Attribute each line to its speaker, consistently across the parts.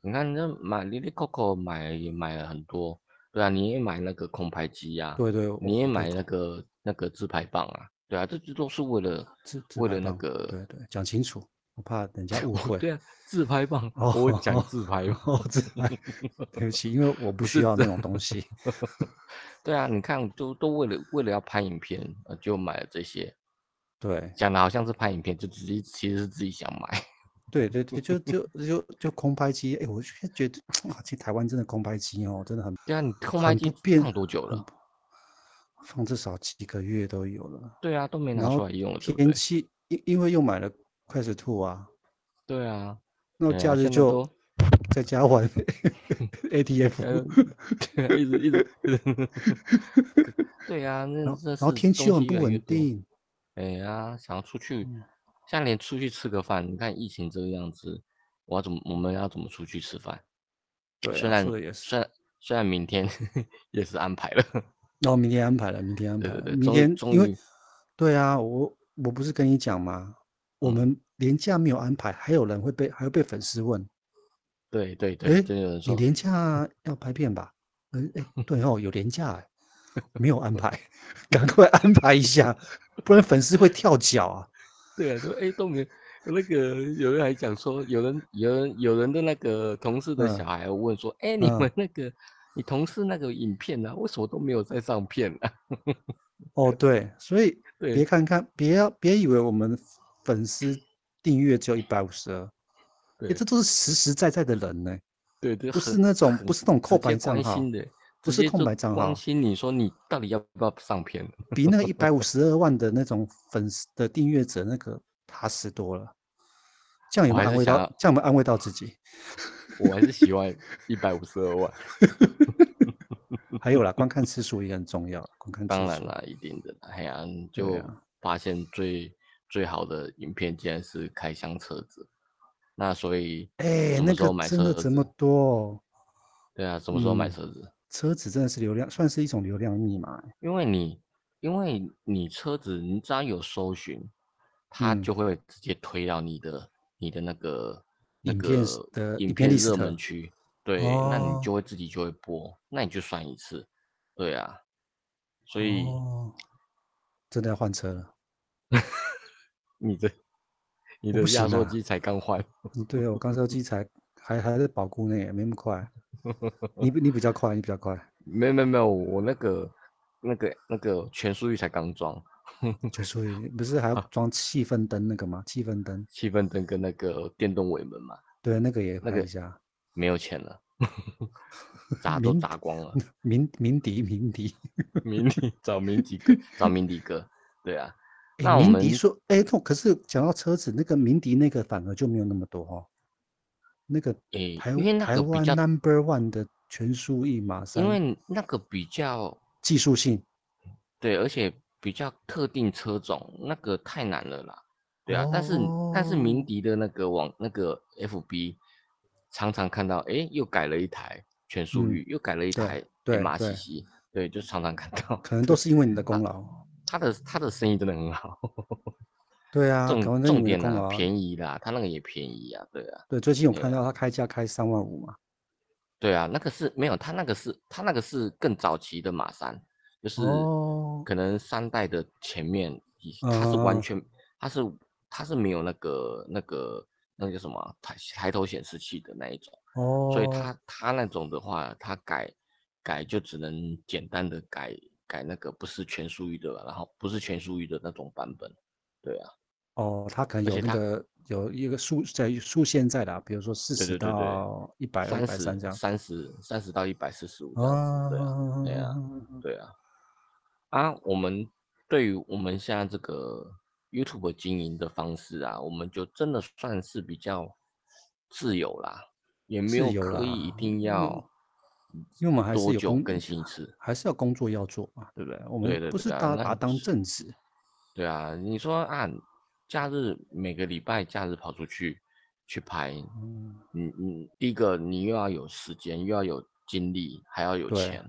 Speaker 1: 你看这买 Lilico 买也买了很多，对啊，你也买那个空拍机呀、
Speaker 2: 对对，我
Speaker 1: 啊你也买
Speaker 2: 对
Speaker 1: 那个那个自拍棒啊，对啊，这这都是为 了
Speaker 2: 自自
Speaker 1: 为
Speaker 2: 拍
Speaker 1: 了那
Speaker 2: 棒
Speaker 1: 个
Speaker 2: 对对，讲清楚，我怕 人家误
Speaker 1: 哦
Speaker 2: 会。
Speaker 1: 对啊，自拍棒，
Speaker 2: 哦
Speaker 1: 我讲自拍棒，
Speaker 2: 哦，自拍，对不起，因为我不需
Speaker 1: 是
Speaker 2: 要那
Speaker 1: 的
Speaker 2: 种东西。
Speaker 1: 对啊，你看都都为了为了要拍影片，呃，就买了这些，
Speaker 2: 对
Speaker 1: 讲的好像是拍影片，就自己其实是自己想买，
Speaker 2: 对对对，就就就就空拍机，哎，我就觉得，啊，其实台湾真的空拍机哦，真的很
Speaker 1: 对啊，你空拍
Speaker 2: 很
Speaker 1: 机
Speaker 2: 不便
Speaker 1: 放多久
Speaker 2: 很
Speaker 1: 了？
Speaker 2: 不放至少几个月都有了。
Speaker 1: 对啊，都没拿
Speaker 2: 然
Speaker 1: 出
Speaker 2: 后
Speaker 1: 来用了，对不
Speaker 2: 天
Speaker 1: 对？
Speaker 2: 气因因为又买了快速兔啊，
Speaker 1: 对啊，
Speaker 2: 那
Speaker 1: 对啊
Speaker 2: 假
Speaker 1: 现
Speaker 2: 日
Speaker 1: 在
Speaker 2: 就
Speaker 1: 都
Speaker 2: 在家 玩
Speaker 1: 呃
Speaker 2: ATF，，
Speaker 1: 对啊，一直一直， 对啊，
Speaker 2: 然
Speaker 1: 那
Speaker 2: 后
Speaker 1: 这
Speaker 2: 然后
Speaker 1: 是
Speaker 2: 天气
Speaker 1: 东
Speaker 2: 又
Speaker 1: 西越
Speaker 2: 很不
Speaker 1: 来越
Speaker 2: 稳
Speaker 1: 多。
Speaker 2: 定，
Speaker 1: 哎呀，想要出去，
Speaker 2: 嗯
Speaker 1: 现在连出去吃个饭，你看疫情这个样子，我要怎么我们要怎么出去吃饭？
Speaker 2: 对
Speaker 1: 虽
Speaker 2: 啊，
Speaker 1: 然
Speaker 2: 说的也是。
Speaker 1: 虽然虽然明天 也是安排了，
Speaker 2: 然后哦明天安排了，明天安
Speaker 1: 对
Speaker 2: 排
Speaker 1: 对对，
Speaker 2: 了，明
Speaker 1: 终
Speaker 2: 天
Speaker 1: 终
Speaker 2: 因为
Speaker 1: 于
Speaker 2: 对啊，我我不是跟你讲吗？我
Speaker 1: 嗯
Speaker 2: 们连假没有安排，还有人会被还会被粉丝问，
Speaker 1: 对对对，
Speaker 2: 哎，
Speaker 1: 真有人
Speaker 2: 你
Speaker 1: 说，嗯
Speaker 2: 连假要拍片吧？呃，哎，对哦，有连假哎，没有安 排，赶快安排一下，不然粉丝会跳脚啊。
Speaker 1: 对啊，说哎都没有那个有人还讲说，有人有人有人的那个同事的
Speaker 2: 嗯
Speaker 1: 小孩问说，哎你
Speaker 2: 嗯，
Speaker 1: 们那个你同事那个影片呢、啊，为什么都没有在上片啊？
Speaker 2: 哦，对，所以别
Speaker 1: 对
Speaker 2: 看看，别要别以为我们粉丝订阅只有一百五十二，哎，
Speaker 1: 对
Speaker 2: 这都是实实在在的人呢、
Speaker 1: 对，这
Speaker 2: 不是
Speaker 1: 很
Speaker 2: 那种不
Speaker 1: 很
Speaker 2: 是那种
Speaker 1: 直
Speaker 2: 空
Speaker 1: 接
Speaker 2: 白
Speaker 1: 关
Speaker 2: 账号，
Speaker 1: 心的，
Speaker 2: 不
Speaker 1: 直
Speaker 2: 是
Speaker 1: 接
Speaker 2: 空
Speaker 1: 就
Speaker 2: 白账
Speaker 1: 关
Speaker 2: 号，
Speaker 1: 心你说你到底要不要上片？
Speaker 2: 比那一百五十二万的那种粉丝的订阅者那个踏实多了。这样有
Speaker 1: 我
Speaker 2: 没有
Speaker 1: 还
Speaker 2: 安
Speaker 1: 是
Speaker 2: 慰
Speaker 1: 想
Speaker 2: 到？
Speaker 1: 要，
Speaker 2: 这样有没有安慰到自己？
Speaker 1: 我还是喜 欢一百五十二万。
Speaker 2: 还有啦，观看次数也很重要，观看次
Speaker 1: 当然
Speaker 2: 数。
Speaker 1: 啦，一定的啦。哎呀，你
Speaker 2: 对
Speaker 1: 就
Speaker 2: 啊，
Speaker 1: 发现最最好的影片竟然是开箱车子，那所以
Speaker 2: 哎，
Speaker 1: 什
Speaker 2: 那
Speaker 1: 么时
Speaker 2: 个
Speaker 1: 候买
Speaker 2: 真的
Speaker 1: 车
Speaker 2: 这么
Speaker 1: 子？
Speaker 2: 多哦，
Speaker 1: 对啊，什么时候买
Speaker 2: 嗯，
Speaker 1: 车子？
Speaker 2: 车子真的是流量，算是一种流量密码欸。
Speaker 1: 因为你因为你车子你只要有搜寻，它
Speaker 2: 嗯，
Speaker 1: 就会直接推到你的你的那个那
Speaker 2: 影片是
Speaker 1: 个
Speaker 2: 的
Speaker 1: 影
Speaker 2: 影片
Speaker 1: 片热门
Speaker 2: list
Speaker 1: 区。对，那你
Speaker 2: 哦
Speaker 1: 就会自己就会播，那你就算一次。对啊，所以
Speaker 2: 哦，真的要换车了，
Speaker 1: 你的你
Speaker 2: 我不
Speaker 1: 的压
Speaker 2: 行啊
Speaker 1: 缩
Speaker 2: 啦。
Speaker 1: 机才刚换。
Speaker 2: 嗯，对哦，我刚收机才还还在保固内，没那么快。 你比你比较快，你比较快，
Speaker 1: 没有没有没有，我那个那个那个全速域才刚装，
Speaker 2: 就所以不是还要装气氛灯那个吗？气氛灯，
Speaker 1: 气氛灯跟那个电动尾门嘛，
Speaker 2: 对，那个也
Speaker 1: 那
Speaker 2: 拍一
Speaker 1: 个
Speaker 2: 下。
Speaker 1: 没有钱了， 砸都
Speaker 2: 鸣
Speaker 1: 砸光了，
Speaker 2: 鸣鸣笛，鸣笛，
Speaker 1: 鸣笛找鸣笛哥，找鸣笛哥，对啊，
Speaker 2: 哎，
Speaker 1: 那我
Speaker 2: 鸣笛
Speaker 1: 们
Speaker 2: 说，哎，那可是讲到车子，那个鸣笛那个反而就没有那么多哦。那个
Speaker 1: 诶，
Speaker 2: 台
Speaker 1: 因为那
Speaker 2: 台
Speaker 1: 个比
Speaker 2: 湾
Speaker 1: 较，
Speaker 2: Number One 的全速一马
Speaker 1: 因
Speaker 2: 三
Speaker 1: 为那个比较
Speaker 2: 技术性
Speaker 1: 对，而且比较特定车种，那个太难了啦。对啊，但是但是鸣
Speaker 2: 哦，
Speaker 1: 笛的那个网那个 FB，常常看到，诶，又改了一台全速
Speaker 2: 嗯，
Speaker 1: 域，又改了一
Speaker 2: 对
Speaker 1: 台
Speaker 2: 对对，
Speaker 1: MRCC，对，就常常看到。
Speaker 2: 可能都
Speaker 1: 对，
Speaker 2: 是因为你的功
Speaker 1: 他
Speaker 2: 劳。
Speaker 1: 他的他的生意真的很好，
Speaker 2: 对啊，可
Speaker 1: 重
Speaker 2: 能是你
Speaker 1: 重
Speaker 2: 们的
Speaker 1: 点
Speaker 2: 功
Speaker 1: 啊，
Speaker 2: 劳啊。
Speaker 1: 便宜啦，他那个也便宜啊，对啊，
Speaker 2: 对，最近我
Speaker 1: 对
Speaker 2: 看
Speaker 1: 啊，
Speaker 2: 到他开价开三万五嘛，
Speaker 1: 对啊，那个是没有，他那个是他那个是更早期的马三，就是
Speaker 2: 哦，
Speaker 1: 可能三代的前面，已它是完
Speaker 2: 嗯、
Speaker 1: 全，它是它是没有那个那个那个叫什么啊抬抬头显示器的那一种，所以
Speaker 2: 哦，
Speaker 1: 它它那种的话，它改改就只能简单的改改那个不是全速域的了，然后不是全速域的那种版本，对啊，
Speaker 2: 哦，他可能
Speaker 1: 而
Speaker 2: 有
Speaker 1: 且
Speaker 2: 那
Speaker 1: 它
Speaker 2: 个有一个数在数线在的啊比如说四
Speaker 1: 对
Speaker 2: 十
Speaker 1: 对对对，
Speaker 2: 到一百二、
Speaker 1: 三
Speaker 2: 一百
Speaker 1: 十
Speaker 2: 三这样。
Speaker 1: 三十三十到一百四十五这样子，对啊，对啊，
Speaker 2: 哦，
Speaker 1: 对啊。啊，我们对于我们现在这个 YouTube 经营的方式啊，我们就真的算是比较自由啦，也没
Speaker 2: 自
Speaker 1: 有
Speaker 2: 由
Speaker 1: 刻意一
Speaker 2: 啦，
Speaker 1: 定
Speaker 2: 因为
Speaker 1: 要
Speaker 2: 因为我们还是
Speaker 1: 多
Speaker 2: 有
Speaker 1: 久
Speaker 2: 工，
Speaker 1: 更新一次。
Speaker 2: 还是要工作要做嘛，对不对？我们
Speaker 1: 对对
Speaker 2: 不是
Speaker 1: 对啊，
Speaker 2: 大
Speaker 1: 那
Speaker 2: 把它当正职，
Speaker 1: 对啊，你说啊，假日每个礼拜假日跑出去去拍，
Speaker 2: 嗯，
Speaker 1: 你你第一个你又要有时间，又要有精力，还要有
Speaker 2: 对
Speaker 1: 钱，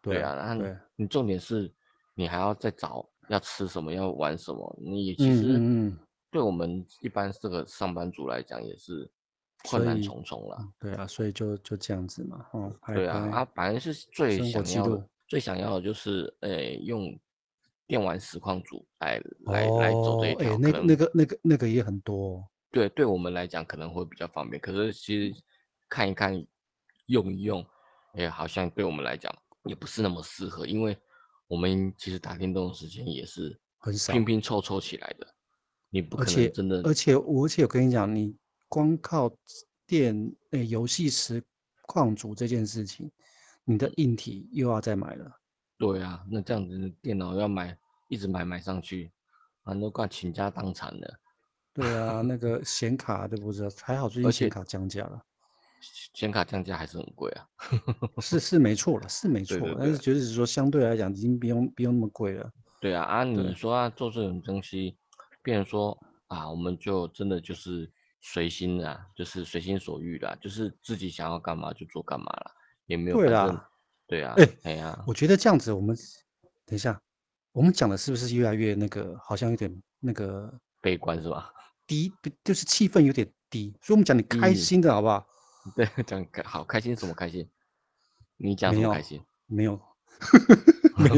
Speaker 1: 对
Speaker 2: 对
Speaker 1: 啊，然后
Speaker 2: 对，
Speaker 1: 你重点是你还要再找要吃什么，要玩什么，你也其
Speaker 2: 嗯
Speaker 1: 实
Speaker 2: 嗯嗯，
Speaker 1: 对我们一般这个上班族来讲也是。困难
Speaker 2: 所以
Speaker 1: 重重啦。
Speaker 2: 对啊，所以就就这样子嘛，哦，拍
Speaker 1: 对啊，
Speaker 2: 拍
Speaker 1: 啊，反正是最
Speaker 2: 生活
Speaker 1: 想
Speaker 2: 记
Speaker 1: 要
Speaker 2: 录
Speaker 1: 的，最想要的就是，呃，用电玩实况组来来来走这一
Speaker 2: 哦哎
Speaker 1: 条，
Speaker 2: 那
Speaker 1: 可
Speaker 2: 个
Speaker 1: 能
Speaker 2: 那个那个那个也很多哦，
Speaker 1: 对对我们来讲可能会比较方便，可是其实看一看，用一用，哎，好像对我们来讲也不是那么适合，因为我们其实打电动的时间也是
Speaker 2: 很少。
Speaker 1: 拼拼凑凑起来的，你不
Speaker 2: 而
Speaker 1: 可
Speaker 2: 且
Speaker 1: 能真的
Speaker 2: 而且我而且我跟你讲，你光靠电诶游戏实况组这件事情，你
Speaker 1: 嗯
Speaker 2: 的硬体又要再买了。
Speaker 1: 对啊，那这样子电脑要买，一直买买上去，啊，都快倾家荡产了。
Speaker 2: 对啊，那个显卡都不知道，还好最近
Speaker 1: 而
Speaker 2: 显
Speaker 1: 且
Speaker 2: 卡降价了，
Speaker 1: 显卡降价还是很贵啊。
Speaker 2: 哦是是没错了，是没错
Speaker 1: 对
Speaker 2: 啦
Speaker 1: 对，
Speaker 2: 但是就是说相对来讲已经不用不用那么贵了。
Speaker 1: 对啊，啊，
Speaker 2: 对
Speaker 1: 你说啊，做这种东西，变成说啊，我们就真的就是随心啊，就是随心所欲啦，就是自己想要干嘛就做干嘛啦，也没有
Speaker 2: 对
Speaker 1: 反正
Speaker 2: 啦，
Speaker 1: 对啊
Speaker 2: 哎，
Speaker 1: 哎呀，
Speaker 2: 我觉得这样子，我们等一下，我们讲的是不是越来越那个，好像有点那个
Speaker 1: 悲观是吧？
Speaker 2: 低，不就是气氛有点低，所以我们讲你开
Speaker 1: 嗯
Speaker 2: 心的好不好？
Speaker 1: 对，这样开好开心什么开心？你讲什
Speaker 2: 没
Speaker 1: 么
Speaker 2: 有
Speaker 1: 开心？嗯
Speaker 2: 没 有，
Speaker 1: 没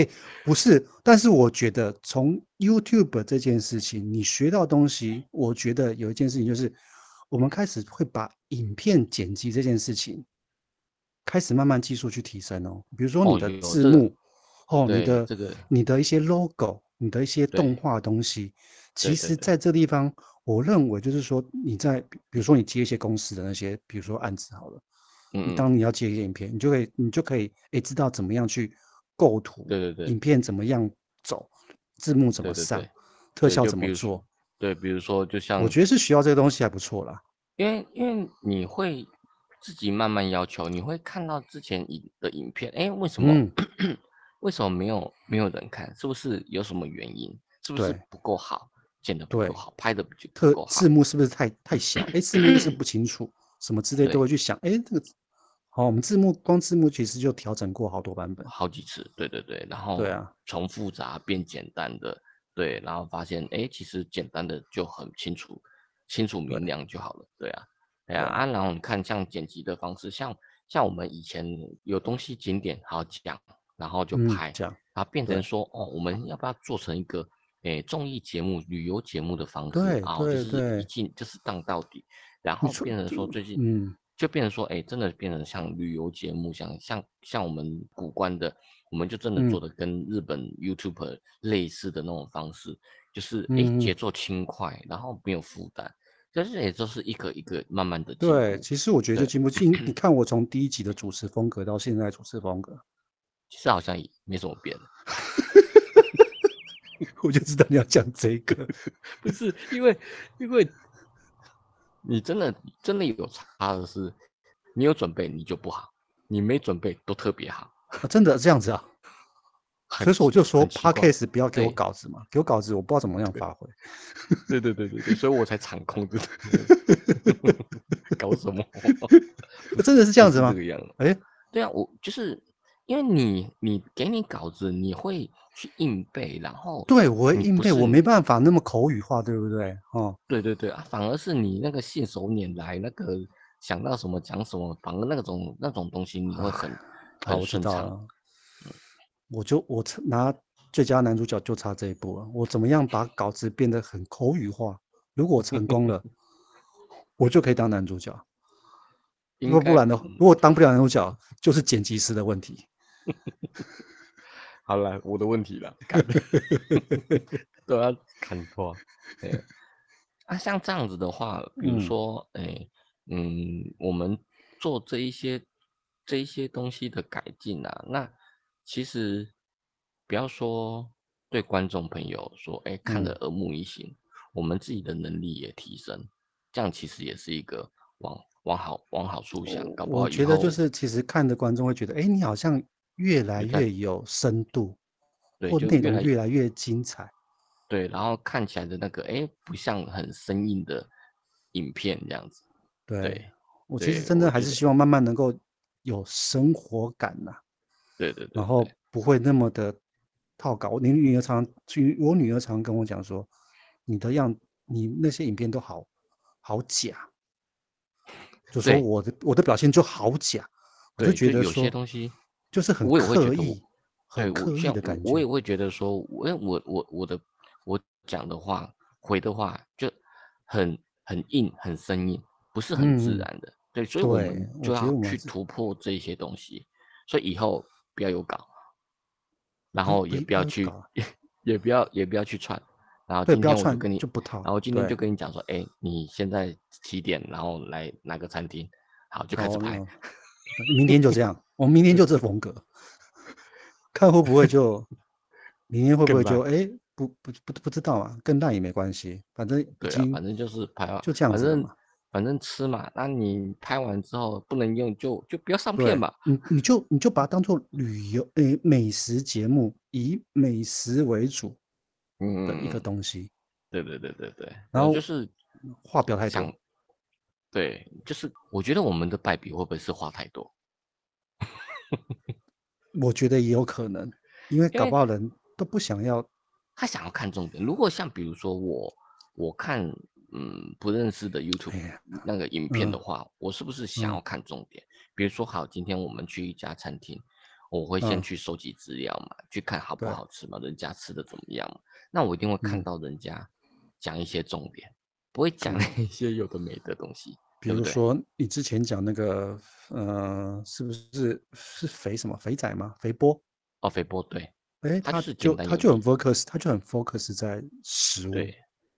Speaker 1: 有，
Speaker 2: 不是，但是我觉得从 YouTube 这件事情，你学到东西，我觉得有一件事情就是，我们开始会把影片剪辑这件事情，开始慢慢技术去提升哦。比如说
Speaker 1: 哦
Speaker 2: 你的
Speaker 1: 有
Speaker 2: 字
Speaker 1: 这个
Speaker 2: 幕，哦，你
Speaker 1: 对
Speaker 2: 的
Speaker 1: 这个
Speaker 2: 你的一些 logo，你的一些动
Speaker 1: 对
Speaker 2: 画东西，其
Speaker 1: 对
Speaker 2: 实
Speaker 1: 对
Speaker 2: 在这地方，我认为就是说你在比如说你接一些公司的那些，比如说案子好了。你
Speaker 1: 嗯，嗯
Speaker 2: 当你要接一些影片，你就可以你就可以诶知道怎么样去构图，
Speaker 1: 对对对
Speaker 2: 影片怎么样走，字幕怎
Speaker 1: 对
Speaker 2: 么
Speaker 1: 对
Speaker 2: 上，
Speaker 1: 对
Speaker 2: 特
Speaker 1: 对
Speaker 2: 效
Speaker 1: 就
Speaker 2: 怎
Speaker 1: 比
Speaker 2: 么
Speaker 1: 如说
Speaker 2: 做。
Speaker 1: 对，比如说就像
Speaker 2: 我觉得是学到这个东西还不错啦。
Speaker 1: 因为因为你会自己慢慢要求，你会看到之前影的影片，哎，为什么、
Speaker 2: 嗯
Speaker 1: 为什么没有没有人看？是不是有什么原因？是不是
Speaker 2: 对
Speaker 1: 不够好，剪的不够
Speaker 2: 对
Speaker 1: 好，拍的不就不
Speaker 2: 特
Speaker 1: 够好？
Speaker 2: 字幕是不是太太小？诶，字幕是不清楚，什么之类
Speaker 1: 对
Speaker 2: 都会去想。诶，这个好，我们字幕光字幕其实就调整过好多版本。
Speaker 1: 好几次，对对对，然后
Speaker 2: 对啊，
Speaker 1: 从复杂变简单的，对，然后发现哎，其实简单的就很清楚，清楚明亮就好了，对啊，哎呀
Speaker 2: 对啊
Speaker 1: 啊，然后你看像剪辑的方式，像像我们以前有东西景点好讲，然后就
Speaker 2: 嗯，
Speaker 1: 拍，
Speaker 2: 这样
Speaker 1: 然后变
Speaker 2: 对
Speaker 1: 成说哦，我们要不要做成一个哎综艺节目、旅游节目的方式
Speaker 2: 对
Speaker 1: 啊、
Speaker 2: 对
Speaker 1: 就是
Speaker 2: 对
Speaker 1: 一进就是荡到底，然
Speaker 2: 你
Speaker 1: 后
Speaker 2: 说
Speaker 1: 变成说最近
Speaker 2: 嗯，
Speaker 1: 就变成说，哎、真的变成像旅游节目，像像像我们古关的，我们就真的
Speaker 2: 嗯
Speaker 1: 做的跟日本 YouTube 类似的那种方式，就是哎、
Speaker 2: 嗯嗯
Speaker 1: 节奏轻快，然后没有负担，但是也就是一个一个慢慢的进
Speaker 2: 对，
Speaker 1: 步。
Speaker 2: 其实我觉得就
Speaker 1: 对
Speaker 2: 进步进。你看我从第一集的主持风格到现在的主持风格，
Speaker 1: 其实好像也没什么变，
Speaker 2: 我就知道你要讲这 个。
Speaker 1: 不是因为因为你真的真的有差的是，你有准备你就不好，你没准备都特别好。
Speaker 2: 啊，真的这样子啊？
Speaker 1: 很
Speaker 2: 所以说我就说
Speaker 1: 很奇怪
Speaker 2: podcast 不要给我
Speaker 1: 对
Speaker 2: 稿子嘛，给我稿子我不知道怎么样发挥。
Speaker 1: 对对对对对，所以我才场控这搞什么？
Speaker 2: 啊真 的是这样子吗
Speaker 1: 不是这？个样子。
Speaker 2: 哎，
Speaker 1: 对啊，我就是因为你你给你稿子，你会去硬背，然后
Speaker 2: 对，我会
Speaker 1: 你
Speaker 2: 应
Speaker 1: 嗯不
Speaker 2: 配，我
Speaker 1: 是
Speaker 2: 没办法那么口语化，对不对？哦，
Speaker 1: 对对对啊，反而是你那个信手拈来，那个想到什么讲什么，反而那种那种东西你会很
Speaker 2: 好，
Speaker 1: 很
Speaker 2: 我知
Speaker 1: 顺
Speaker 2: 道
Speaker 1: 畅。嗯
Speaker 2: 了。我就我差拿最佳男主角就差这一步了，我怎么样把稿子变得很口语化？如果我成 功了，我就可以当男主角。如
Speaker 1: 应
Speaker 2: 果不
Speaker 1: 该嗯
Speaker 2: 然的，如果当不了男主角，就是剪辑师的问题。
Speaker 1: 好了，我的问题了，干 都要砍破。对，啊，像这样子的话，比如
Speaker 2: 嗯
Speaker 1: 说，哎、嗯，我们做这一些这一些东西的改进啊，那其实不要说对观众朋友说，哎、看得
Speaker 2: 嗯
Speaker 1: 耳目一新，我们自己的能力也提升，这样其实也是一个往往好往好处想，搞不
Speaker 2: 嗯我
Speaker 1: 好以
Speaker 2: 觉
Speaker 1: 后
Speaker 2: 得就是，其实看的观众会觉得，哎，你好像越来
Speaker 1: 在
Speaker 2: 越有深度，
Speaker 1: 对
Speaker 2: 或
Speaker 1: 就
Speaker 2: 内
Speaker 1: 越
Speaker 2: 容
Speaker 1: 来
Speaker 2: 越来越精彩。
Speaker 1: 对，然后看起来的那个，哎，不像很生硬的影片这样子。
Speaker 2: 对，
Speaker 1: 对，
Speaker 2: 我其实
Speaker 1: 对
Speaker 2: 真的
Speaker 1: 我
Speaker 2: 还
Speaker 1: 觉
Speaker 2: 是
Speaker 1: 得
Speaker 2: 希望慢慢能够有生活感呐、
Speaker 1: 对对对
Speaker 2: 然后不会那么的套稿。你女儿常，去我女儿常跟我讲说，你的样你那些影片都好好假，就说
Speaker 1: 对
Speaker 2: 我的我的表现就好假，我就
Speaker 1: 对
Speaker 2: 觉
Speaker 1: 就
Speaker 2: 得
Speaker 1: 有
Speaker 2: 说
Speaker 1: 些东西
Speaker 2: 就是很
Speaker 1: 我也会觉得
Speaker 2: 刻
Speaker 1: 我
Speaker 2: 意，
Speaker 1: 对
Speaker 2: 很
Speaker 1: 我
Speaker 2: 刻意
Speaker 1: 像
Speaker 2: 的感觉。
Speaker 1: 我我也会觉得说，我因为我我我的我讲的话回的话就很很硬很生硬，不是很自
Speaker 2: 嗯
Speaker 1: 然的。对，所以我
Speaker 2: 对
Speaker 1: 们
Speaker 2: 我
Speaker 1: 就
Speaker 2: 觉得
Speaker 1: 要
Speaker 2: 我们
Speaker 1: 去
Speaker 2: 是
Speaker 1: 突破这些东西，所以以后不要有稿，然
Speaker 2: 不
Speaker 1: 后
Speaker 2: 不
Speaker 1: 也
Speaker 2: 不
Speaker 1: 不要
Speaker 2: 要有
Speaker 1: 去
Speaker 2: 稿，
Speaker 1: 也不要也不要去串。然后
Speaker 2: 对，
Speaker 1: 今
Speaker 2: 不要
Speaker 1: 天我就
Speaker 2: 串
Speaker 1: 跟你
Speaker 2: 就不套。
Speaker 1: 然后今天就
Speaker 2: 对
Speaker 1: 跟你讲说，哎、你现在几点？然后来哪个餐厅？好，就开始
Speaker 2: 好
Speaker 1: 拍。
Speaker 2: 哦那明天就这样，我们明天就这风格， 看会不会就明天会不
Speaker 1: 更
Speaker 2: 会就
Speaker 1: 烂
Speaker 2: 哎不不不不知道啊，更烂也没关系，反正已
Speaker 1: 对啊
Speaker 2: 经，
Speaker 1: 反正就是拍完
Speaker 2: 就这样
Speaker 1: 反
Speaker 2: 子了
Speaker 1: 正
Speaker 2: 嘛。
Speaker 1: 反正吃嘛，那你拍完之后不能用就就不要上
Speaker 2: 对
Speaker 1: 片嘛。，
Speaker 2: 你你就你就把它当做旅游诶美食节目，以美食为主
Speaker 1: 嗯，
Speaker 2: 的一个东西，
Speaker 1: 对对对对对，
Speaker 2: 然后
Speaker 1: 就是
Speaker 2: 话不要太多
Speaker 1: 想，对，就是我觉得我们的败笔会不会是话太多？
Speaker 2: 我觉得也有可能，因为
Speaker 1: 因
Speaker 2: 搞
Speaker 1: 为
Speaker 2: 不好人都不想要
Speaker 1: 他想要看重点。如果像比如说我我看嗯不认识的 YouTube
Speaker 2: 哎呀
Speaker 1: 那个影片
Speaker 2: 嗯
Speaker 1: 的话，我是不是想
Speaker 2: 嗯
Speaker 1: 要看重点？比如说好，今天我们去一家餐厅，我会先
Speaker 2: 嗯
Speaker 1: 去收集资料嘛，去看好不
Speaker 2: 对
Speaker 1: 好吃嘛，人家吃的怎么样嘛。那我一定会看
Speaker 2: 嗯
Speaker 1: 到人家讲一些重点，不会讲
Speaker 2: 嗯
Speaker 1: 那一些有的没的东西，
Speaker 2: 比
Speaker 1: 对不
Speaker 2: 如
Speaker 1: 对？
Speaker 2: 说你之前讲那个，呃，是不是是肥什么肥仔吗？肥波？
Speaker 1: 哦，肥波对
Speaker 2: 哎，
Speaker 1: 它
Speaker 2: 他
Speaker 1: 就是简
Speaker 2: 就
Speaker 1: 单
Speaker 2: 他
Speaker 1: 有
Speaker 2: 就
Speaker 1: 力
Speaker 2: 很 focus，他就很 focus 在食物
Speaker 1: 对，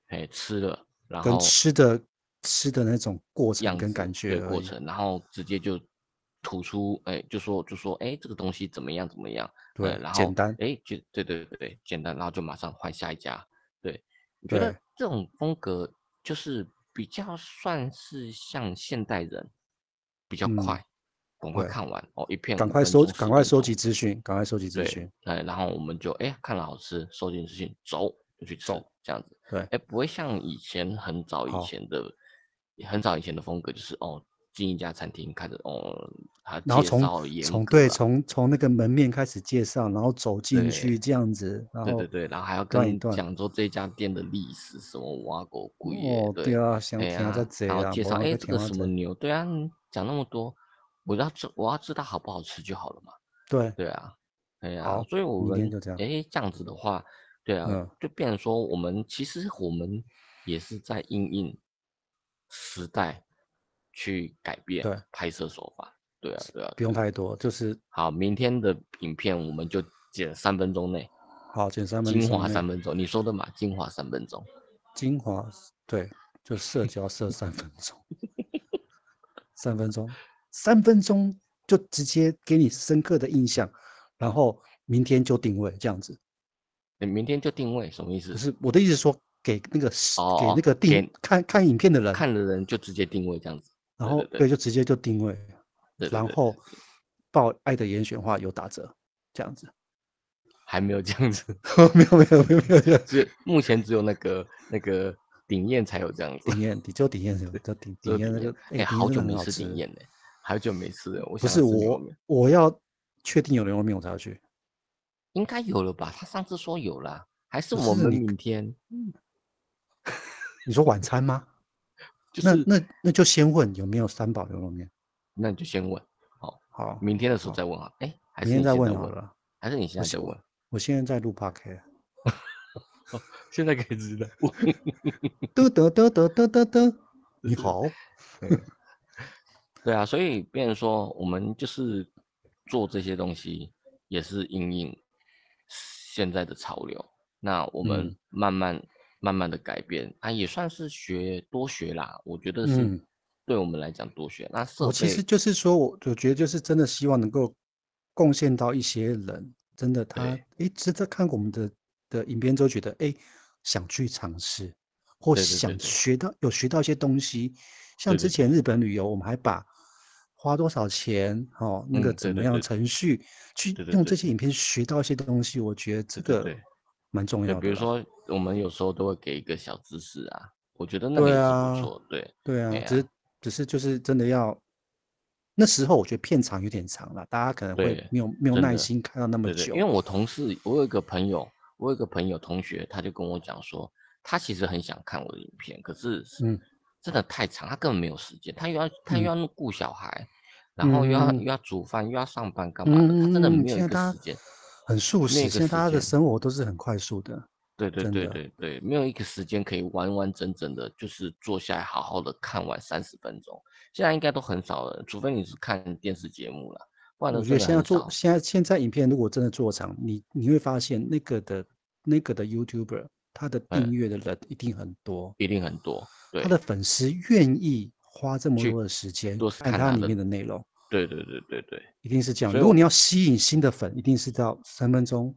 Speaker 1: 哎吃了，然
Speaker 2: 跟
Speaker 1: 后
Speaker 2: 吃的吃的那种过程
Speaker 1: 样
Speaker 2: 跟
Speaker 1: 子
Speaker 2: 感觉
Speaker 1: 对
Speaker 2: 而
Speaker 1: 过
Speaker 2: 已。
Speaker 1: 程，然后直接就吐出，哎，就说就说，哎，这个东西怎么样怎么样，呃，
Speaker 2: 对，
Speaker 1: 然
Speaker 2: 简
Speaker 1: 后
Speaker 2: 单。
Speaker 1: 哎，就对对对，简单，然后就马上换下一家。对，我觉得
Speaker 2: 对
Speaker 1: 这种风格就是比较算是像现代人，比较
Speaker 2: 嗯
Speaker 1: 快，赶快
Speaker 2: 对
Speaker 1: 看完哦，一片
Speaker 2: 赶
Speaker 1: 五
Speaker 2: 快
Speaker 1: 分
Speaker 2: 收，
Speaker 1: 钟
Speaker 2: 赶
Speaker 1: 10
Speaker 2: 快
Speaker 1: 分
Speaker 2: 收
Speaker 1: 钟
Speaker 2: 集资讯，赶快收集资
Speaker 1: 对
Speaker 2: 讯。，
Speaker 1: 哎，然后我们就哎看了好吃，收件事情走就去吃
Speaker 2: 走，
Speaker 1: 这样子，
Speaker 2: 对，
Speaker 1: 哎，不会像以前很早以
Speaker 2: 好
Speaker 1: 前的，很早以前的风格，就是哦进一家餐厅开始哦，他
Speaker 2: 然后
Speaker 1: 介
Speaker 2: 从
Speaker 1: 绍严
Speaker 2: 从
Speaker 1: 格
Speaker 2: 对
Speaker 1: 啊，
Speaker 2: 从从那个门面开始介绍，然后走进
Speaker 1: 对
Speaker 2: 去这样子，然
Speaker 1: 对
Speaker 2: 后
Speaker 1: 对对，然后还要
Speaker 2: 段一
Speaker 1: 跟
Speaker 2: 段。
Speaker 1: 讲说这家店的历史什么挖狗贵耶，
Speaker 2: 哦，对
Speaker 1: 对，
Speaker 2: 啊，想
Speaker 1: 哎
Speaker 2: 听啊，这
Speaker 1: 呀，
Speaker 2: 贼
Speaker 1: 然后
Speaker 2: 啦，
Speaker 1: 介
Speaker 2: 我
Speaker 1: 绍
Speaker 2: 那
Speaker 1: 哎
Speaker 2: 个
Speaker 1: 这
Speaker 2: 听
Speaker 1: 个
Speaker 2: 啊
Speaker 1: 什么
Speaker 2: 贼。
Speaker 1: 牛，对啊，你讲那么多，我要知我要知道好不好吃就好了嘛。
Speaker 2: 对，
Speaker 1: 对啊，哎呀、
Speaker 2: 好，
Speaker 1: 所以我
Speaker 2: 明天
Speaker 1: 们
Speaker 2: 就这样。
Speaker 1: 哎这样子的话，对啊，
Speaker 2: 嗯，
Speaker 1: 就变成说我们其实我们也是在应应时代去改变
Speaker 2: 对，
Speaker 1: 拍摄手法。对啊，对啊，
Speaker 2: 不用太多，就是
Speaker 1: 好，明天的影片我们就剪三分钟内，
Speaker 2: 好，减三分
Speaker 1: 精
Speaker 2: 钟
Speaker 1: 华
Speaker 2: 内
Speaker 1: 三分钟，你说的嘛，精华三分钟。
Speaker 2: 精华，对，就社交设三分钟，三分钟，三分钟就直接给你深刻的印象，然后明天就定位这样子。
Speaker 1: 你明天就定位，什么意思
Speaker 2: 不？是我的意思是说，给那个是给
Speaker 1: 哦
Speaker 2: 那
Speaker 1: 哦
Speaker 2: 个定
Speaker 1: 给
Speaker 2: 看看影片的人，
Speaker 1: 看的人就直接定位这样子。
Speaker 2: 然
Speaker 1: 对
Speaker 2: 后
Speaker 1: 对对
Speaker 2: 对，就直接就定位，
Speaker 1: 对对
Speaker 2: 然
Speaker 1: 对对，
Speaker 2: 后报爱的严选话有打折，这样子。
Speaker 1: 还没有这样子，
Speaker 2: 没有没有没有没有这样子，
Speaker 1: 只目前只有那个那个鼎宴才有这样子。
Speaker 2: 鼎宴，就鼎宴什么？就鼎
Speaker 1: 这个
Speaker 2: 鼎宴那
Speaker 1: 鼎
Speaker 2: 个
Speaker 1: 宴，，
Speaker 2: 哎、
Speaker 1: 哎，
Speaker 2: 鼎
Speaker 1: 好
Speaker 2: 宴真
Speaker 1: 久
Speaker 2: 的很
Speaker 1: 没
Speaker 2: 好
Speaker 1: 吃
Speaker 2: 吃
Speaker 1: 鼎。宴了，好久没吃了，我
Speaker 2: 不
Speaker 1: 想要吃
Speaker 2: 是
Speaker 1: 牛肉
Speaker 2: 我
Speaker 1: 面，，
Speaker 2: 我要确定有牛肉面我才要去。
Speaker 1: 应该有了吧？他上次说有啦，还是
Speaker 2: 不
Speaker 1: 我
Speaker 2: 是
Speaker 1: 们
Speaker 2: 你
Speaker 1: 明天
Speaker 2: 你说晚餐吗？
Speaker 1: 就
Speaker 2: 那
Speaker 1: 是，
Speaker 2: 那那就先问有没有三宝牛肉面。
Speaker 1: 那你就先问，好，
Speaker 2: 好，
Speaker 1: 明天的时候
Speaker 2: 好
Speaker 1: 再问啊。哎，还
Speaker 2: 明
Speaker 1: 是
Speaker 2: 天
Speaker 1: 你现
Speaker 2: 再
Speaker 1: 在
Speaker 2: 问好
Speaker 1: 问，
Speaker 2: 了。
Speaker 1: 还是你现
Speaker 2: 我
Speaker 1: 在
Speaker 2: 现
Speaker 1: 就问？
Speaker 2: 我现在在录 p o d
Speaker 1: 现在可以知道。
Speaker 2: 得得得得得得得，
Speaker 1: 对
Speaker 2: 你
Speaker 1: 对
Speaker 2: 好，
Speaker 1: 对啊，所以变成说，我们就是做这些东西，也是因应现在的潮流。那我们
Speaker 2: 嗯
Speaker 1: 慢慢慢慢的改变啊，也算是学多学啦。我觉得是
Speaker 2: 嗯，
Speaker 1: 对我们来讲多学。那设
Speaker 2: 我哦其实
Speaker 1: 备
Speaker 2: 就是说，我我觉得就是真的希望能够贡献到一些人，真的他
Speaker 1: 对
Speaker 2: 诶，真的看过我们的的影片之后，觉得诶想去尝试，或
Speaker 1: 对对对
Speaker 2: 想
Speaker 1: 对
Speaker 2: 学到有学到一些东西。像
Speaker 1: 对
Speaker 2: 之
Speaker 1: 对
Speaker 2: 前
Speaker 1: 对，
Speaker 2: 日本旅游，我们还把花多少钱哦，那个
Speaker 1: 嗯，
Speaker 2: 怎
Speaker 1: 对
Speaker 2: 么
Speaker 1: 对
Speaker 2: 样的
Speaker 1: 对
Speaker 2: 程序，去
Speaker 1: 对对
Speaker 2: 用这
Speaker 1: 对
Speaker 2: 些影片学到一些东西，我觉得这
Speaker 1: 对对
Speaker 2: 个
Speaker 1: 对
Speaker 2: 蛮重
Speaker 1: 对，
Speaker 2: 要
Speaker 1: 比
Speaker 2: 的
Speaker 1: 如
Speaker 2: 啦。
Speaker 1: 说我们有时候都会给一个小知识啊，我觉得那个
Speaker 2: 对
Speaker 1: 也是不
Speaker 2: 啊，
Speaker 1: 错。对，
Speaker 2: 对
Speaker 1: 哎
Speaker 2: 啊，只
Speaker 1: 呀，
Speaker 2: 是只是就是真的要，那时候我觉得片长有点长了，大家可能会
Speaker 1: 对，
Speaker 2: 没有没有
Speaker 1: 真
Speaker 2: 耐
Speaker 1: 的。
Speaker 2: 心看到那么
Speaker 1: 对对，因为
Speaker 2: 久。
Speaker 1: 我同事，我有一个朋友，我有一个朋友同学，他就跟我讲说，他其实很想看我的影片，可是
Speaker 2: 嗯
Speaker 1: 真的太长，他根本没有时间，他又要他又
Speaker 2: 嗯
Speaker 1: 要顾小孩，然后又要
Speaker 2: 嗯
Speaker 1: 又要煮饭，又要上班干嘛的，他真的
Speaker 2: 嗯
Speaker 1: 没有
Speaker 2: 现
Speaker 1: 一
Speaker 2: 在
Speaker 1: 个
Speaker 2: 大
Speaker 1: 时
Speaker 2: 家
Speaker 1: 间。
Speaker 2: 很速
Speaker 1: 没有一
Speaker 2: 食，
Speaker 1: 个
Speaker 2: 现在
Speaker 1: 时
Speaker 2: 大家的
Speaker 1: 间
Speaker 2: 生活都是很快速的。
Speaker 1: 对对
Speaker 2: 真
Speaker 1: 对
Speaker 2: 的
Speaker 1: 对对，没有一个时间可以完完整整的，就是坐下来好好的看完三十分钟。现在应该都很少了，除非你是看电视节目了，不然
Speaker 2: 我
Speaker 1: 都
Speaker 2: 觉
Speaker 1: 真的
Speaker 2: 得现在
Speaker 1: 很
Speaker 2: 做
Speaker 1: 少。
Speaker 2: 现在现在影片如果真的做长，你你会发现那个的那个的 YouTuber 他的
Speaker 1: 嗯
Speaker 2: 订阅的人一定很多，
Speaker 1: 一定很多，对
Speaker 2: 他的粉丝愿意花这么
Speaker 1: 去
Speaker 2: 多的时间
Speaker 1: 多是
Speaker 2: 看
Speaker 1: 看
Speaker 2: 他
Speaker 1: 他
Speaker 2: 里
Speaker 1: 的
Speaker 2: 面的内容，
Speaker 1: 对对对对对
Speaker 2: 一定是这样。
Speaker 1: 所以
Speaker 2: 如果
Speaker 1: 我
Speaker 2: 你要吸引新的粉，一定是到三分钟、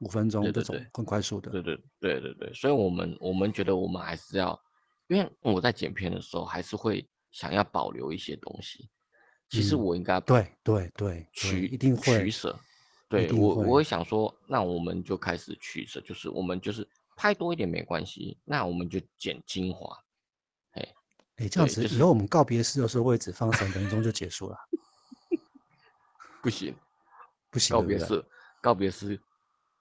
Speaker 2: 五分钟
Speaker 1: 对
Speaker 2: 这
Speaker 1: 对
Speaker 2: 种
Speaker 1: 对
Speaker 2: 更快速的。
Speaker 1: 对对对对对，所以我们我们觉得我们还是要，因为我在剪片的时候还是会想要保留一些东西。其实
Speaker 2: 嗯
Speaker 1: 我应该
Speaker 2: 对对对对，
Speaker 1: 取
Speaker 2: 一定
Speaker 1: 取
Speaker 2: 会。
Speaker 1: 舍。
Speaker 2: 一
Speaker 1: 对
Speaker 2: 定
Speaker 1: 我，
Speaker 2: 会
Speaker 1: 我会想说，那我们就开始取舍，就是我们就是拍多一点没关系，那我们就剪精华。
Speaker 2: 哎，这样
Speaker 1: 对
Speaker 2: 子
Speaker 1: 就
Speaker 2: 以
Speaker 1: 是
Speaker 2: 后我们告别式的时候会只放三分钟就结束了，
Speaker 1: 不行，
Speaker 2: 不行，
Speaker 1: 告
Speaker 2: 对
Speaker 1: 别
Speaker 2: 不对？
Speaker 1: 式，告别式，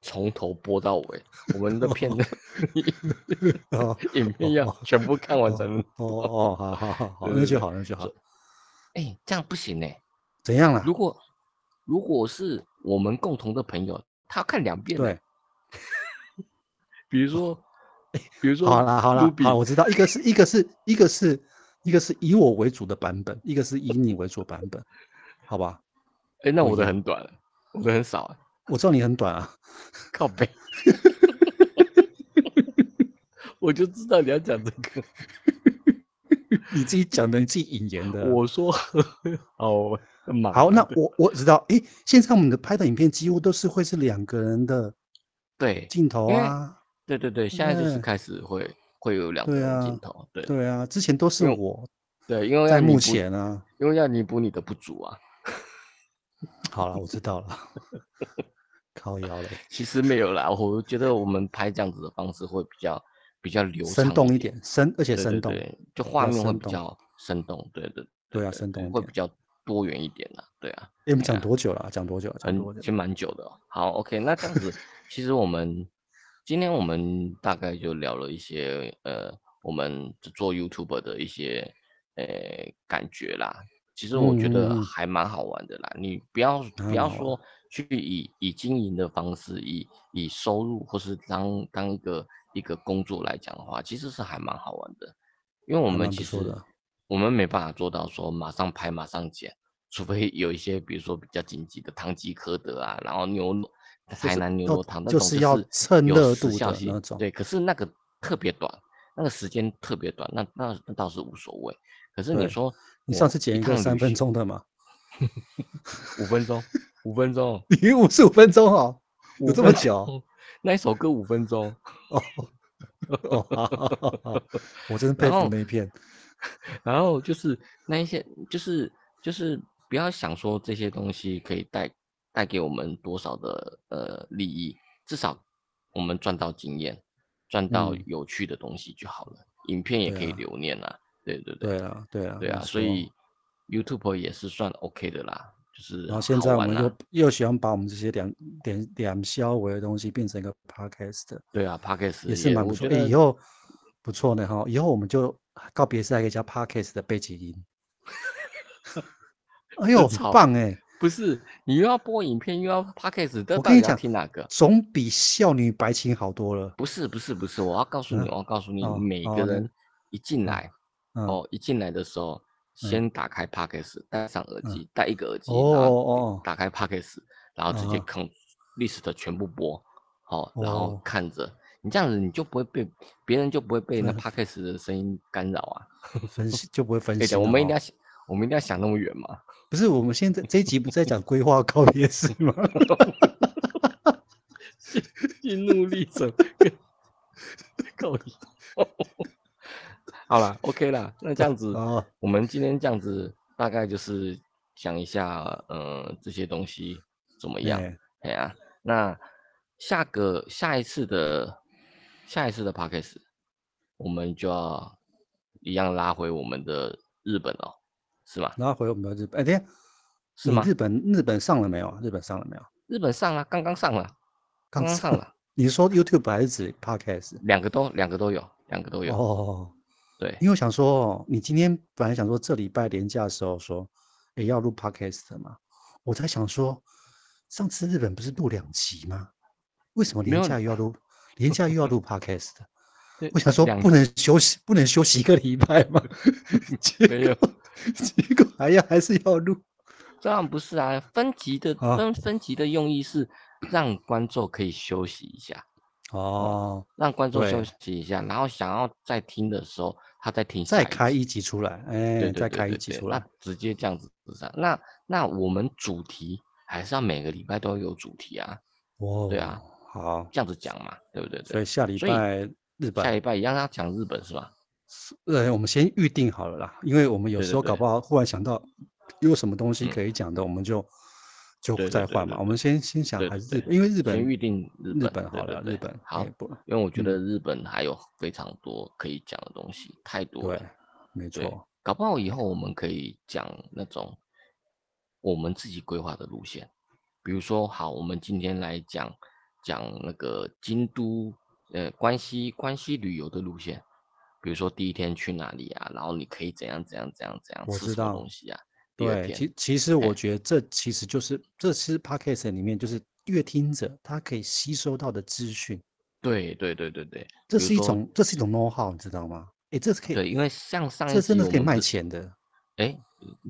Speaker 1: 从头播到尾，我们的 片
Speaker 2: 哦
Speaker 1: 影片要
Speaker 2: 哦
Speaker 1: 全部看 完才能。
Speaker 2: 哦哦，好好好好，
Speaker 1: 对
Speaker 2: 那
Speaker 1: 对
Speaker 2: 就
Speaker 1: 对
Speaker 2: 好，那就好
Speaker 1: 所。哎，这样不行呢、
Speaker 2: 怎样啦
Speaker 1: 如？果如果是我们共同的朋友，他要看两遍呢、
Speaker 2: 对，
Speaker 1: 比如说，比如说，
Speaker 2: 哎好啦好啦，
Speaker 1: Ruby
Speaker 2: 好，我知道，一个是一个是一个是一个是以我为主的版本，一个是以你为主的版本，好吧？
Speaker 1: 哎，那
Speaker 2: 不
Speaker 1: 我
Speaker 2: 一
Speaker 1: 的
Speaker 2: 样
Speaker 1: 很短，我的很少、啊，
Speaker 2: 我知道你很短啊，
Speaker 1: 靠背。 我就知道你要讲这 个。
Speaker 2: 你自己讲的，你自己引言的啊。
Speaker 1: 我说哦，蛮
Speaker 2: 好，那我我知道，诶，现在我们的拍的影片几乎都是会是两个人的
Speaker 1: 对
Speaker 2: 镜头
Speaker 1: 因为
Speaker 2: 啊，
Speaker 1: 对对对，现在就是
Speaker 2: 嗯
Speaker 1: 开始会会有两
Speaker 2: 对
Speaker 1: 个
Speaker 2: 啊
Speaker 1: 镜头，对
Speaker 2: 对啊，之前都是
Speaker 1: 因为
Speaker 2: 我
Speaker 1: 对，因为要
Speaker 2: 在
Speaker 1: 弥
Speaker 2: 幕
Speaker 1: 补，
Speaker 2: 前啊。
Speaker 1: 因为要弥补你的不足啊。
Speaker 2: 好了，我知道 了，靠腰嘞，
Speaker 1: 其实没有啦，我觉得我们拍这样子的方式会比较比较流畅
Speaker 2: 生动
Speaker 1: 一
Speaker 2: 一，点，生而且
Speaker 1: 对对
Speaker 2: 生动，
Speaker 1: 对，就画
Speaker 2: 较
Speaker 1: 面会
Speaker 2: 生
Speaker 1: 比
Speaker 2: 动
Speaker 1: 较生动，对对
Speaker 2: 对啊，生动一
Speaker 1: 会
Speaker 2: 点
Speaker 1: 比。较多元一点啦，对啊。
Speaker 2: 诶我们
Speaker 1: 哎
Speaker 2: 讲
Speaker 1: 呀
Speaker 2: 多久了啊？讲多久了？讲
Speaker 1: 很
Speaker 2: 多久
Speaker 1: 其实？蛮久的、哦。好，OK，那这样 子，其实我们今天我们大概就聊了一些呃，我们做 YouTube 的一些呃感觉啦。其实我觉
Speaker 2: 嗯嗯
Speaker 1: 得
Speaker 2: 嗯哦
Speaker 1: 还蛮好玩的啦。你不要
Speaker 2: 蛮
Speaker 1: 不要
Speaker 2: 好玩
Speaker 1: 说去以以经营的方式，以以收入或是当当一个一个工作来讲的话，其实是还蛮好玩的。因为我
Speaker 2: 还
Speaker 1: 们
Speaker 2: 蛮不
Speaker 1: 其
Speaker 2: 错
Speaker 1: 实
Speaker 2: 的
Speaker 1: 我们没办法做到说马上拍马上剪，除非有一些比如说比较紧急的唐吉诃德啊，然后牛肉台南牛
Speaker 2: 要
Speaker 1: 肉汤那
Speaker 2: 就
Speaker 1: 种
Speaker 2: 是要蹭
Speaker 1: 有
Speaker 2: 热
Speaker 1: 时
Speaker 2: 度
Speaker 1: 效
Speaker 2: 的
Speaker 1: 性
Speaker 2: 那种
Speaker 1: 对，可是那个特别短，那个时间特别短，那那那倒是无所谓。可是你
Speaker 2: 对
Speaker 1: 说
Speaker 2: 你
Speaker 1: 我
Speaker 2: 上次剪一
Speaker 1: 趟
Speaker 2: 个
Speaker 1: 旅
Speaker 2: 三分
Speaker 1: 行
Speaker 2: 钟的嘛？
Speaker 1: 五分钟，五分钟，
Speaker 2: 你五十五分钟哦， 有
Speaker 1: 五
Speaker 2: 这么
Speaker 1: 分
Speaker 2: 久
Speaker 1: 钟？那一首歌五分钟，
Speaker 2: 哦，好好好好我真是佩
Speaker 1: 然
Speaker 2: 服
Speaker 1: 后
Speaker 2: 那一片。
Speaker 1: 然后就是那一些，就是就是不要想说这些东西可以带带给我们多少的呃利益，至少我们赚到经验，赚到
Speaker 2: 嗯
Speaker 1: 有趣的东西就好了。影片也
Speaker 2: 对
Speaker 1: 可以
Speaker 2: 啊
Speaker 1: 留念啊，对对对
Speaker 2: 对啊，对啊，
Speaker 1: 对啊，
Speaker 2: 没
Speaker 1: 所
Speaker 2: 错
Speaker 1: 以 YouTube 也是算 OK 的啦，就是
Speaker 2: 然后现
Speaker 1: 好
Speaker 2: 在我
Speaker 1: 玩啦
Speaker 2: 们又又喜欢把我们这些两两两消维的东西变成一个 podcast，
Speaker 1: 对啊 p o c k e t
Speaker 2: 也是蛮不
Speaker 1: 我
Speaker 2: 错。
Speaker 1: 觉
Speaker 2: 哎，
Speaker 1: 得
Speaker 2: 以后不错呢哈，以后我们就告别是来个叫 podcast 的背景音。哎呦，很
Speaker 1: 吵
Speaker 2: 棒哎！
Speaker 1: 不是你又要播影片又要 p o c k e t
Speaker 2: 我跟你讲
Speaker 1: 听哪个？
Speaker 2: 总比少女白情好多了。
Speaker 1: 不是不是不是，我要告诉你，
Speaker 2: 嗯
Speaker 1: 我要告诉你，
Speaker 2: 哦
Speaker 1: 每
Speaker 2: 哦
Speaker 1: 个
Speaker 2: 那
Speaker 1: 人一进
Speaker 2: 嗯
Speaker 1: 来。
Speaker 2: 嗯，
Speaker 1: 哦，一进来的时候，
Speaker 2: 嗯
Speaker 1: 先打开 Pockets，戴上耳
Speaker 2: 嗯
Speaker 1: 机，戴一个耳机，
Speaker 2: 哦
Speaker 1: 然
Speaker 2: 哦
Speaker 1: 后
Speaker 2: 哦
Speaker 1: 打开 Pockets，然后直接
Speaker 2: 啊
Speaker 1: c o n list 全部播，好，然后
Speaker 2: 哦
Speaker 1: 看着你这样子，你就不会被别人就不会被那
Speaker 2: 嗯
Speaker 1: Pockets 的声音干扰啊。哎
Speaker 2: 分析就不会分
Speaker 1: 对
Speaker 2: 析
Speaker 1: 的，
Speaker 2: 了
Speaker 1: 我
Speaker 2: 哈。
Speaker 1: 们一定要想，我们一定要想那么 远嘛。
Speaker 2: 不是我们现在这一集不是在讲规划告别式 吗？
Speaker 1: 心路 历 程，够了。好啦 o k 啦，那这样子，
Speaker 2: 哦，
Speaker 1: 我们今天这样子，大概就是讲一下，呃，这些东西怎么样？
Speaker 2: 哎
Speaker 1: 哎呀、那下个下一次的下一次的 p o d c a s t 我们就要一样拉回我们的日本哦，是吗？
Speaker 2: 然后回我们的日本，哎，等一下，
Speaker 1: 是
Speaker 2: 你
Speaker 1: 吗
Speaker 2: 日本日本上了没有啊？日本上了没有？
Speaker 1: 日本上了，刚刚上了，刚
Speaker 2: 刚
Speaker 1: 刚
Speaker 2: 上
Speaker 1: 上了，
Speaker 2: 你说 YouTube 还是指 Podcast？
Speaker 1: 两个都两个都有，两个都有。
Speaker 2: 哦，
Speaker 1: 对，
Speaker 2: 因为我想说，你今天本来想说这礼拜连假的时候说，诶要录 Podcast 嘛，我在想说，上次日本不是录两集吗？为什么
Speaker 1: 没
Speaker 2: 连
Speaker 1: 有
Speaker 2: 假又要录，连假又要录 Podcast？
Speaker 1: 对
Speaker 2: 我想说
Speaker 1: 两
Speaker 2: 不能休息，不能休息一个礼拜吗？ 结
Speaker 1: 没有
Speaker 2: 果结果还要还是要录。
Speaker 1: 当然不是啊，分级的
Speaker 2: 啊
Speaker 1: 分分级的用意是让观众可以休息一下，
Speaker 2: 哦，
Speaker 1: 让观众休
Speaker 2: 对
Speaker 1: 息一下，然后想要再听的时候，他再听下
Speaker 2: 再
Speaker 1: 一
Speaker 2: 开
Speaker 1: 集
Speaker 2: 一集出来，哎、
Speaker 1: 对对
Speaker 2: 再
Speaker 1: 对
Speaker 2: 开
Speaker 1: 对
Speaker 2: 一集
Speaker 1: 对
Speaker 2: 出来
Speaker 1: 那。直接这样子上。那那我们主题还是要每个礼拜都有主题啊，
Speaker 2: 哦，
Speaker 1: 对啊，
Speaker 2: 好，
Speaker 1: 这样子讲嘛，对不对？
Speaker 2: 所以
Speaker 1: 对，
Speaker 2: 下礼
Speaker 1: 所以
Speaker 2: 拜日
Speaker 1: 下
Speaker 2: 本，
Speaker 1: 礼拜一样要讲日本是吧？
Speaker 2: 呃，我们先预定好了啦，因为我们有
Speaker 1: 对对
Speaker 2: 时候搞
Speaker 1: 对
Speaker 2: 不好忽然想到有什么东西
Speaker 1: 嗯
Speaker 2: 可以讲的，我们就就
Speaker 1: 对对
Speaker 2: 再
Speaker 1: 对
Speaker 2: 换
Speaker 1: 对
Speaker 2: 嘛。
Speaker 1: 对
Speaker 2: 我们先先想
Speaker 1: 对
Speaker 2: 还是
Speaker 1: 对
Speaker 2: 日本，因为日本
Speaker 1: 先预定日
Speaker 2: 日
Speaker 1: 本对
Speaker 2: 本好
Speaker 1: 对
Speaker 2: 了，
Speaker 1: 对
Speaker 2: 日本
Speaker 1: 好
Speaker 2: 也不
Speaker 1: 因为我觉
Speaker 2: 嗯
Speaker 1: 得日本还有非常多可以讲的东西，太多
Speaker 2: 对
Speaker 1: 了。，
Speaker 2: 没
Speaker 1: 对
Speaker 2: 错，，
Speaker 1: 搞不好以后我们可以讲那种我们自己规划的路线，比如说，好，我们今天来讲讲那个京都呃关西关西旅游的路线，比如说第一天去哪里啊，然后你可以怎样怎样怎样怎样
Speaker 2: 我
Speaker 1: 吃
Speaker 2: 知
Speaker 1: 什么
Speaker 2: 道
Speaker 1: 东西啊，第二
Speaker 2: 对，
Speaker 1: 天
Speaker 2: 其其实我
Speaker 1: 哎
Speaker 2: 觉得这其实就是这是 podcast 里面就是乐听者他可以吸收到的资讯，
Speaker 1: 对对对对对，
Speaker 2: 这
Speaker 1: 比如
Speaker 2: 是一
Speaker 1: 说
Speaker 2: 种这是一种 know how，你知道吗？哎，这是可以，
Speaker 1: 对，因为像上一
Speaker 2: 这真
Speaker 1: 集
Speaker 2: 的是
Speaker 1: 我
Speaker 2: 可以
Speaker 1: 们
Speaker 2: 卖
Speaker 1: 不是
Speaker 2: 钱的。
Speaker 1: 哎，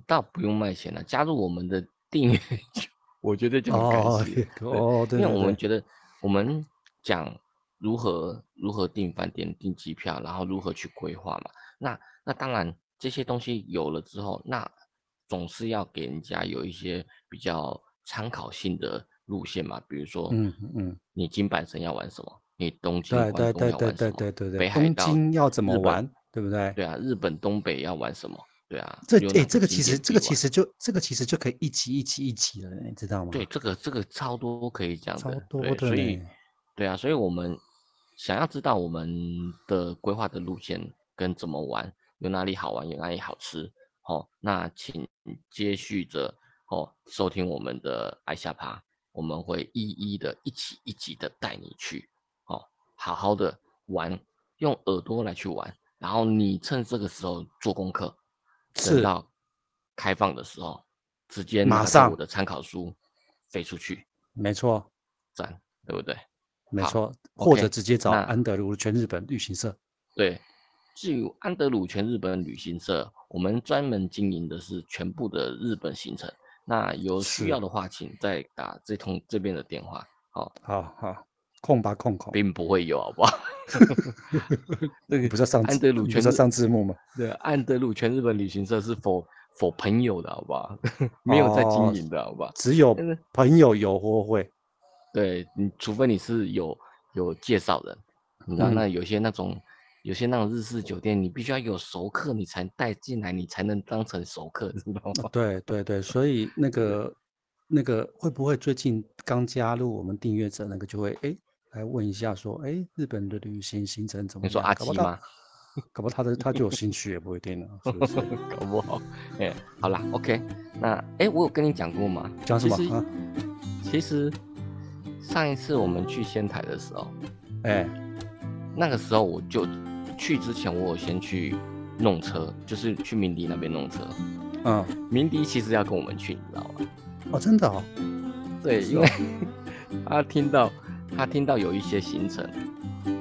Speaker 1: 倒不用卖钱了，加入我们的订阅 就，我觉得就很开
Speaker 2: 哦
Speaker 1: 心了。
Speaker 2: 也可哦，对
Speaker 1: 因为
Speaker 2: 对
Speaker 1: 我们
Speaker 2: 对，
Speaker 1: 觉得我们讲如何如何订饭店、订机票，然后如何去规划嘛。那那当然这些东西有了之后，那总是要给人家有一些比较参考性的路线嘛。比如说，
Speaker 2: 嗯嗯，
Speaker 1: 你金板神要玩什么？你东京
Speaker 2: 对
Speaker 1: 关
Speaker 2: 对
Speaker 1: 东
Speaker 2: 对
Speaker 1: 要
Speaker 2: 对
Speaker 1: 玩什
Speaker 2: 对
Speaker 1: 么？
Speaker 2: 对对对，
Speaker 1: 北海
Speaker 2: 东
Speaker 1: 道
Speaker 2: 京要怎
Speaker 1: 日
Speaker 2: 么
Speaker 1: 本
Speaker 2: 玩，对不对？
Speaker 1: 对啊，日本东北要玩什么？对啊，
Speaker 2: 这
Speaker 1: 有
Speaker 2: 哎，
Speaker 1: 哪
Speaker 2: 这
Speaker 1: 个
Speaker 2: 个
Speaker 1: 景
Speaker 2: 其实
Speaker 1: 点
Speaker 2: 这
Speaker 1: 必
Speaker 2: 个其
Speaker 1: 玩？
Speaker 2: 实就这个其实就可以一集一集一集了，你知道吗？
Speaker 1: 对，这个这个超多可以讲
Speaker 2: 超
Speaker 1: 的，
Speaker 2: 多
Speaker 1: 对，
Speaker 2: 的
Speaker 1: 所以
Speaker 2: 呢。
Speaker 1: 对啊，所以我们想要知道我们的规划的路线跟怎么玩，有哪里好玩，有哪里好吃，哦，那请接续着哦收听我们的爱下趴，我们会一一的一集一集的带你去哦，好好的玩，用耳朵来去玩，然后你趁这个时候做功课，等
Speaker 2: 是
Speaker 1: 到开放的时候，直接
Speaker 2: 马
Speaker 1: 拿着我
Speaker 2: 上
Speaker 1: 的参考书飞出去，
Speaker 2: 没错，
Speaker 1: 赞，对不对？
Speaker 2: 没
Speaker 1: 好
Speaker 2: 错，或者
Speaker 1: OK，
Speaker 2: 直接找
Speaker 1: 那
Speaker 2: 安德鲁全日本旅行社。
Speaker 1: 对。至于安德鲁全日本旅行社，我们专门经营的是全部的日本行程。那有需
Speaker 2: 是
Speaker 1: 要的话，请再打这通这边的电话，好、
Speaker 2: 好好，控吧控控，
Speaker 1: 并不会有，好不好？ 那
Speaker 2: 你
Speaker 1: 个
Speaker 2: 不是要上
Speaker 1: 安
Speaker 2: 字
Speaker 1: 德鲁
Speaker 2: 你
Speaker 1: 全
Speaker 2: 不是要
Speaker 1: 日
Speaker 2: 上字幕吗？
Speaker 1: 对，安德鲁全日本旅行社是否否朋友的，好不好？ 没有在经
Speaker 2: 哦
Speaker 1: 营的，好不好？
Speaker 2: 只有
Speaker 1: 但是
Speaker 2: 朋友有或会。
Speaker 1: 对你，除非你是有有介绍人，你知道
Speaker 2: 嗯
Speaker 1: 那有些那种、有些那种日式酒店，你必须要有熟客，你才带进来，你才能当成熟客，你知道吗？
Speaker 2: 对对对，所以那个那个会不会最近刚加入我们订阅者那个就会哎来问一下说哎日本的旅行行程怎么
Speaker 1: 你
Speaker 2: 样？
Speaker 1: 说阿
Speaker 2: 搞不
Speaker 1: 基
Speaker 2: 好
Speaker 1: 吗
Speaker 2: 他？搞不好他的他就有兴趣也不一定呢，是 不是？
Speaker 1: 搞不好，哎、好啦，OK，那哎、我有跟你讲过吗？
Speaker 2: 讲什
Speaker 1: 其
Speaker 2: 么
Speaker 1: 实
Speaker 2: 啊？
Speaker 1: 其实上一次我们去仙台的时候，
Speaker 2: 哎
Speaker 1: 那个时候我就去之前，我有先去弄车，就是去鸣笛那边弄车。
Speaker 2: 嗯
Speaker 1: 鸣笛其实要跟我们去，你知道吗？
Speaker 2: 哦真的哦
Speaker 1: 对，
Speaker 2: 哦
Speaker 1: 因为他听到他听到有一些行程，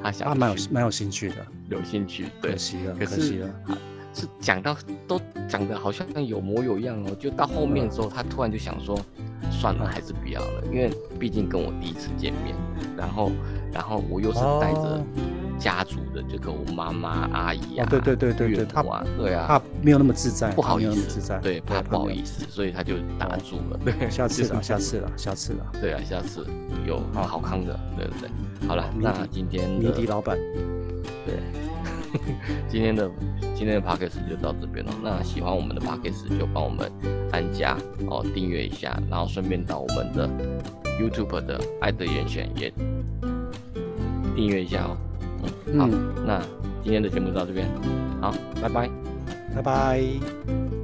Speaker 1: 他想
Speaker 2: 他蛮有
Speaker 1: 去
Speaker 2: 蛮有兴趣的，
Speaker 1: 有兴趣，对
Speaker 2: 可，惜了
Speaker 1: 可
Speaker 2: 可惜
Speaker 1: 是
Speaker 2: 了，
Speaker 1: 啊是讲到都讲的好像有模有样哦，就到后面的时候，他突然就想说，算了，
Speaker 2: 嗯
Speaker 1: 还是不要了，因为毕竟跟我第一次见面，然后然后我又是带着
Speaker 2: 哦
Speaker 1: 家族的这个我妈妈阿姨啊，
Speaker 2: 哦对对对对
Speaker 1: 岳
Speaker 2: 对，他
Speaker 1: 母啊，对啊，
Speaker 2: 他没有那么自在，
Speaker 1: 不
Speaker 2: 他
Speaker 1: 好
Speaker 2: 没有
Speaker 1: 意
Speaker 2: 那么自在
Speaker 1: 思，，对，怕
Speaker 2: 他
Speaker 1: 不好
Speaker 2: 没有
Speaker 1: 意思，所以他就打
Speaker 2: 哦
Speaker 1: 住了，对，就
Speaker 2: 下 次
Speaker 1: 是
Speaker 2: 啦下次啦下次啦，
Speaker 1: 对啊，下次有
Speaker 2: 好
Speaker 1: 好康的，对不对？好了
Speaker 2: 好，迷
Speaker 1: 那
Speaker 2: 笛
Speaker 1: 今天
Speaker 2: 迷
Speaker 1: 的
Speaker 2: 笛老板，
Speaker 1: 对，今天的今天的 podcast 就到这边了。那喜欢我们的 podcast 就帮我们按加哦，订阅一下，然后顺便到我们的 YouTube 的爱的严选也订阅一下哦。嗯，好，
Speaker 2: 嗯，
Speaker 1: 那今天的节目就到这边，好，拜拜。
Speaker 2: 拜拜。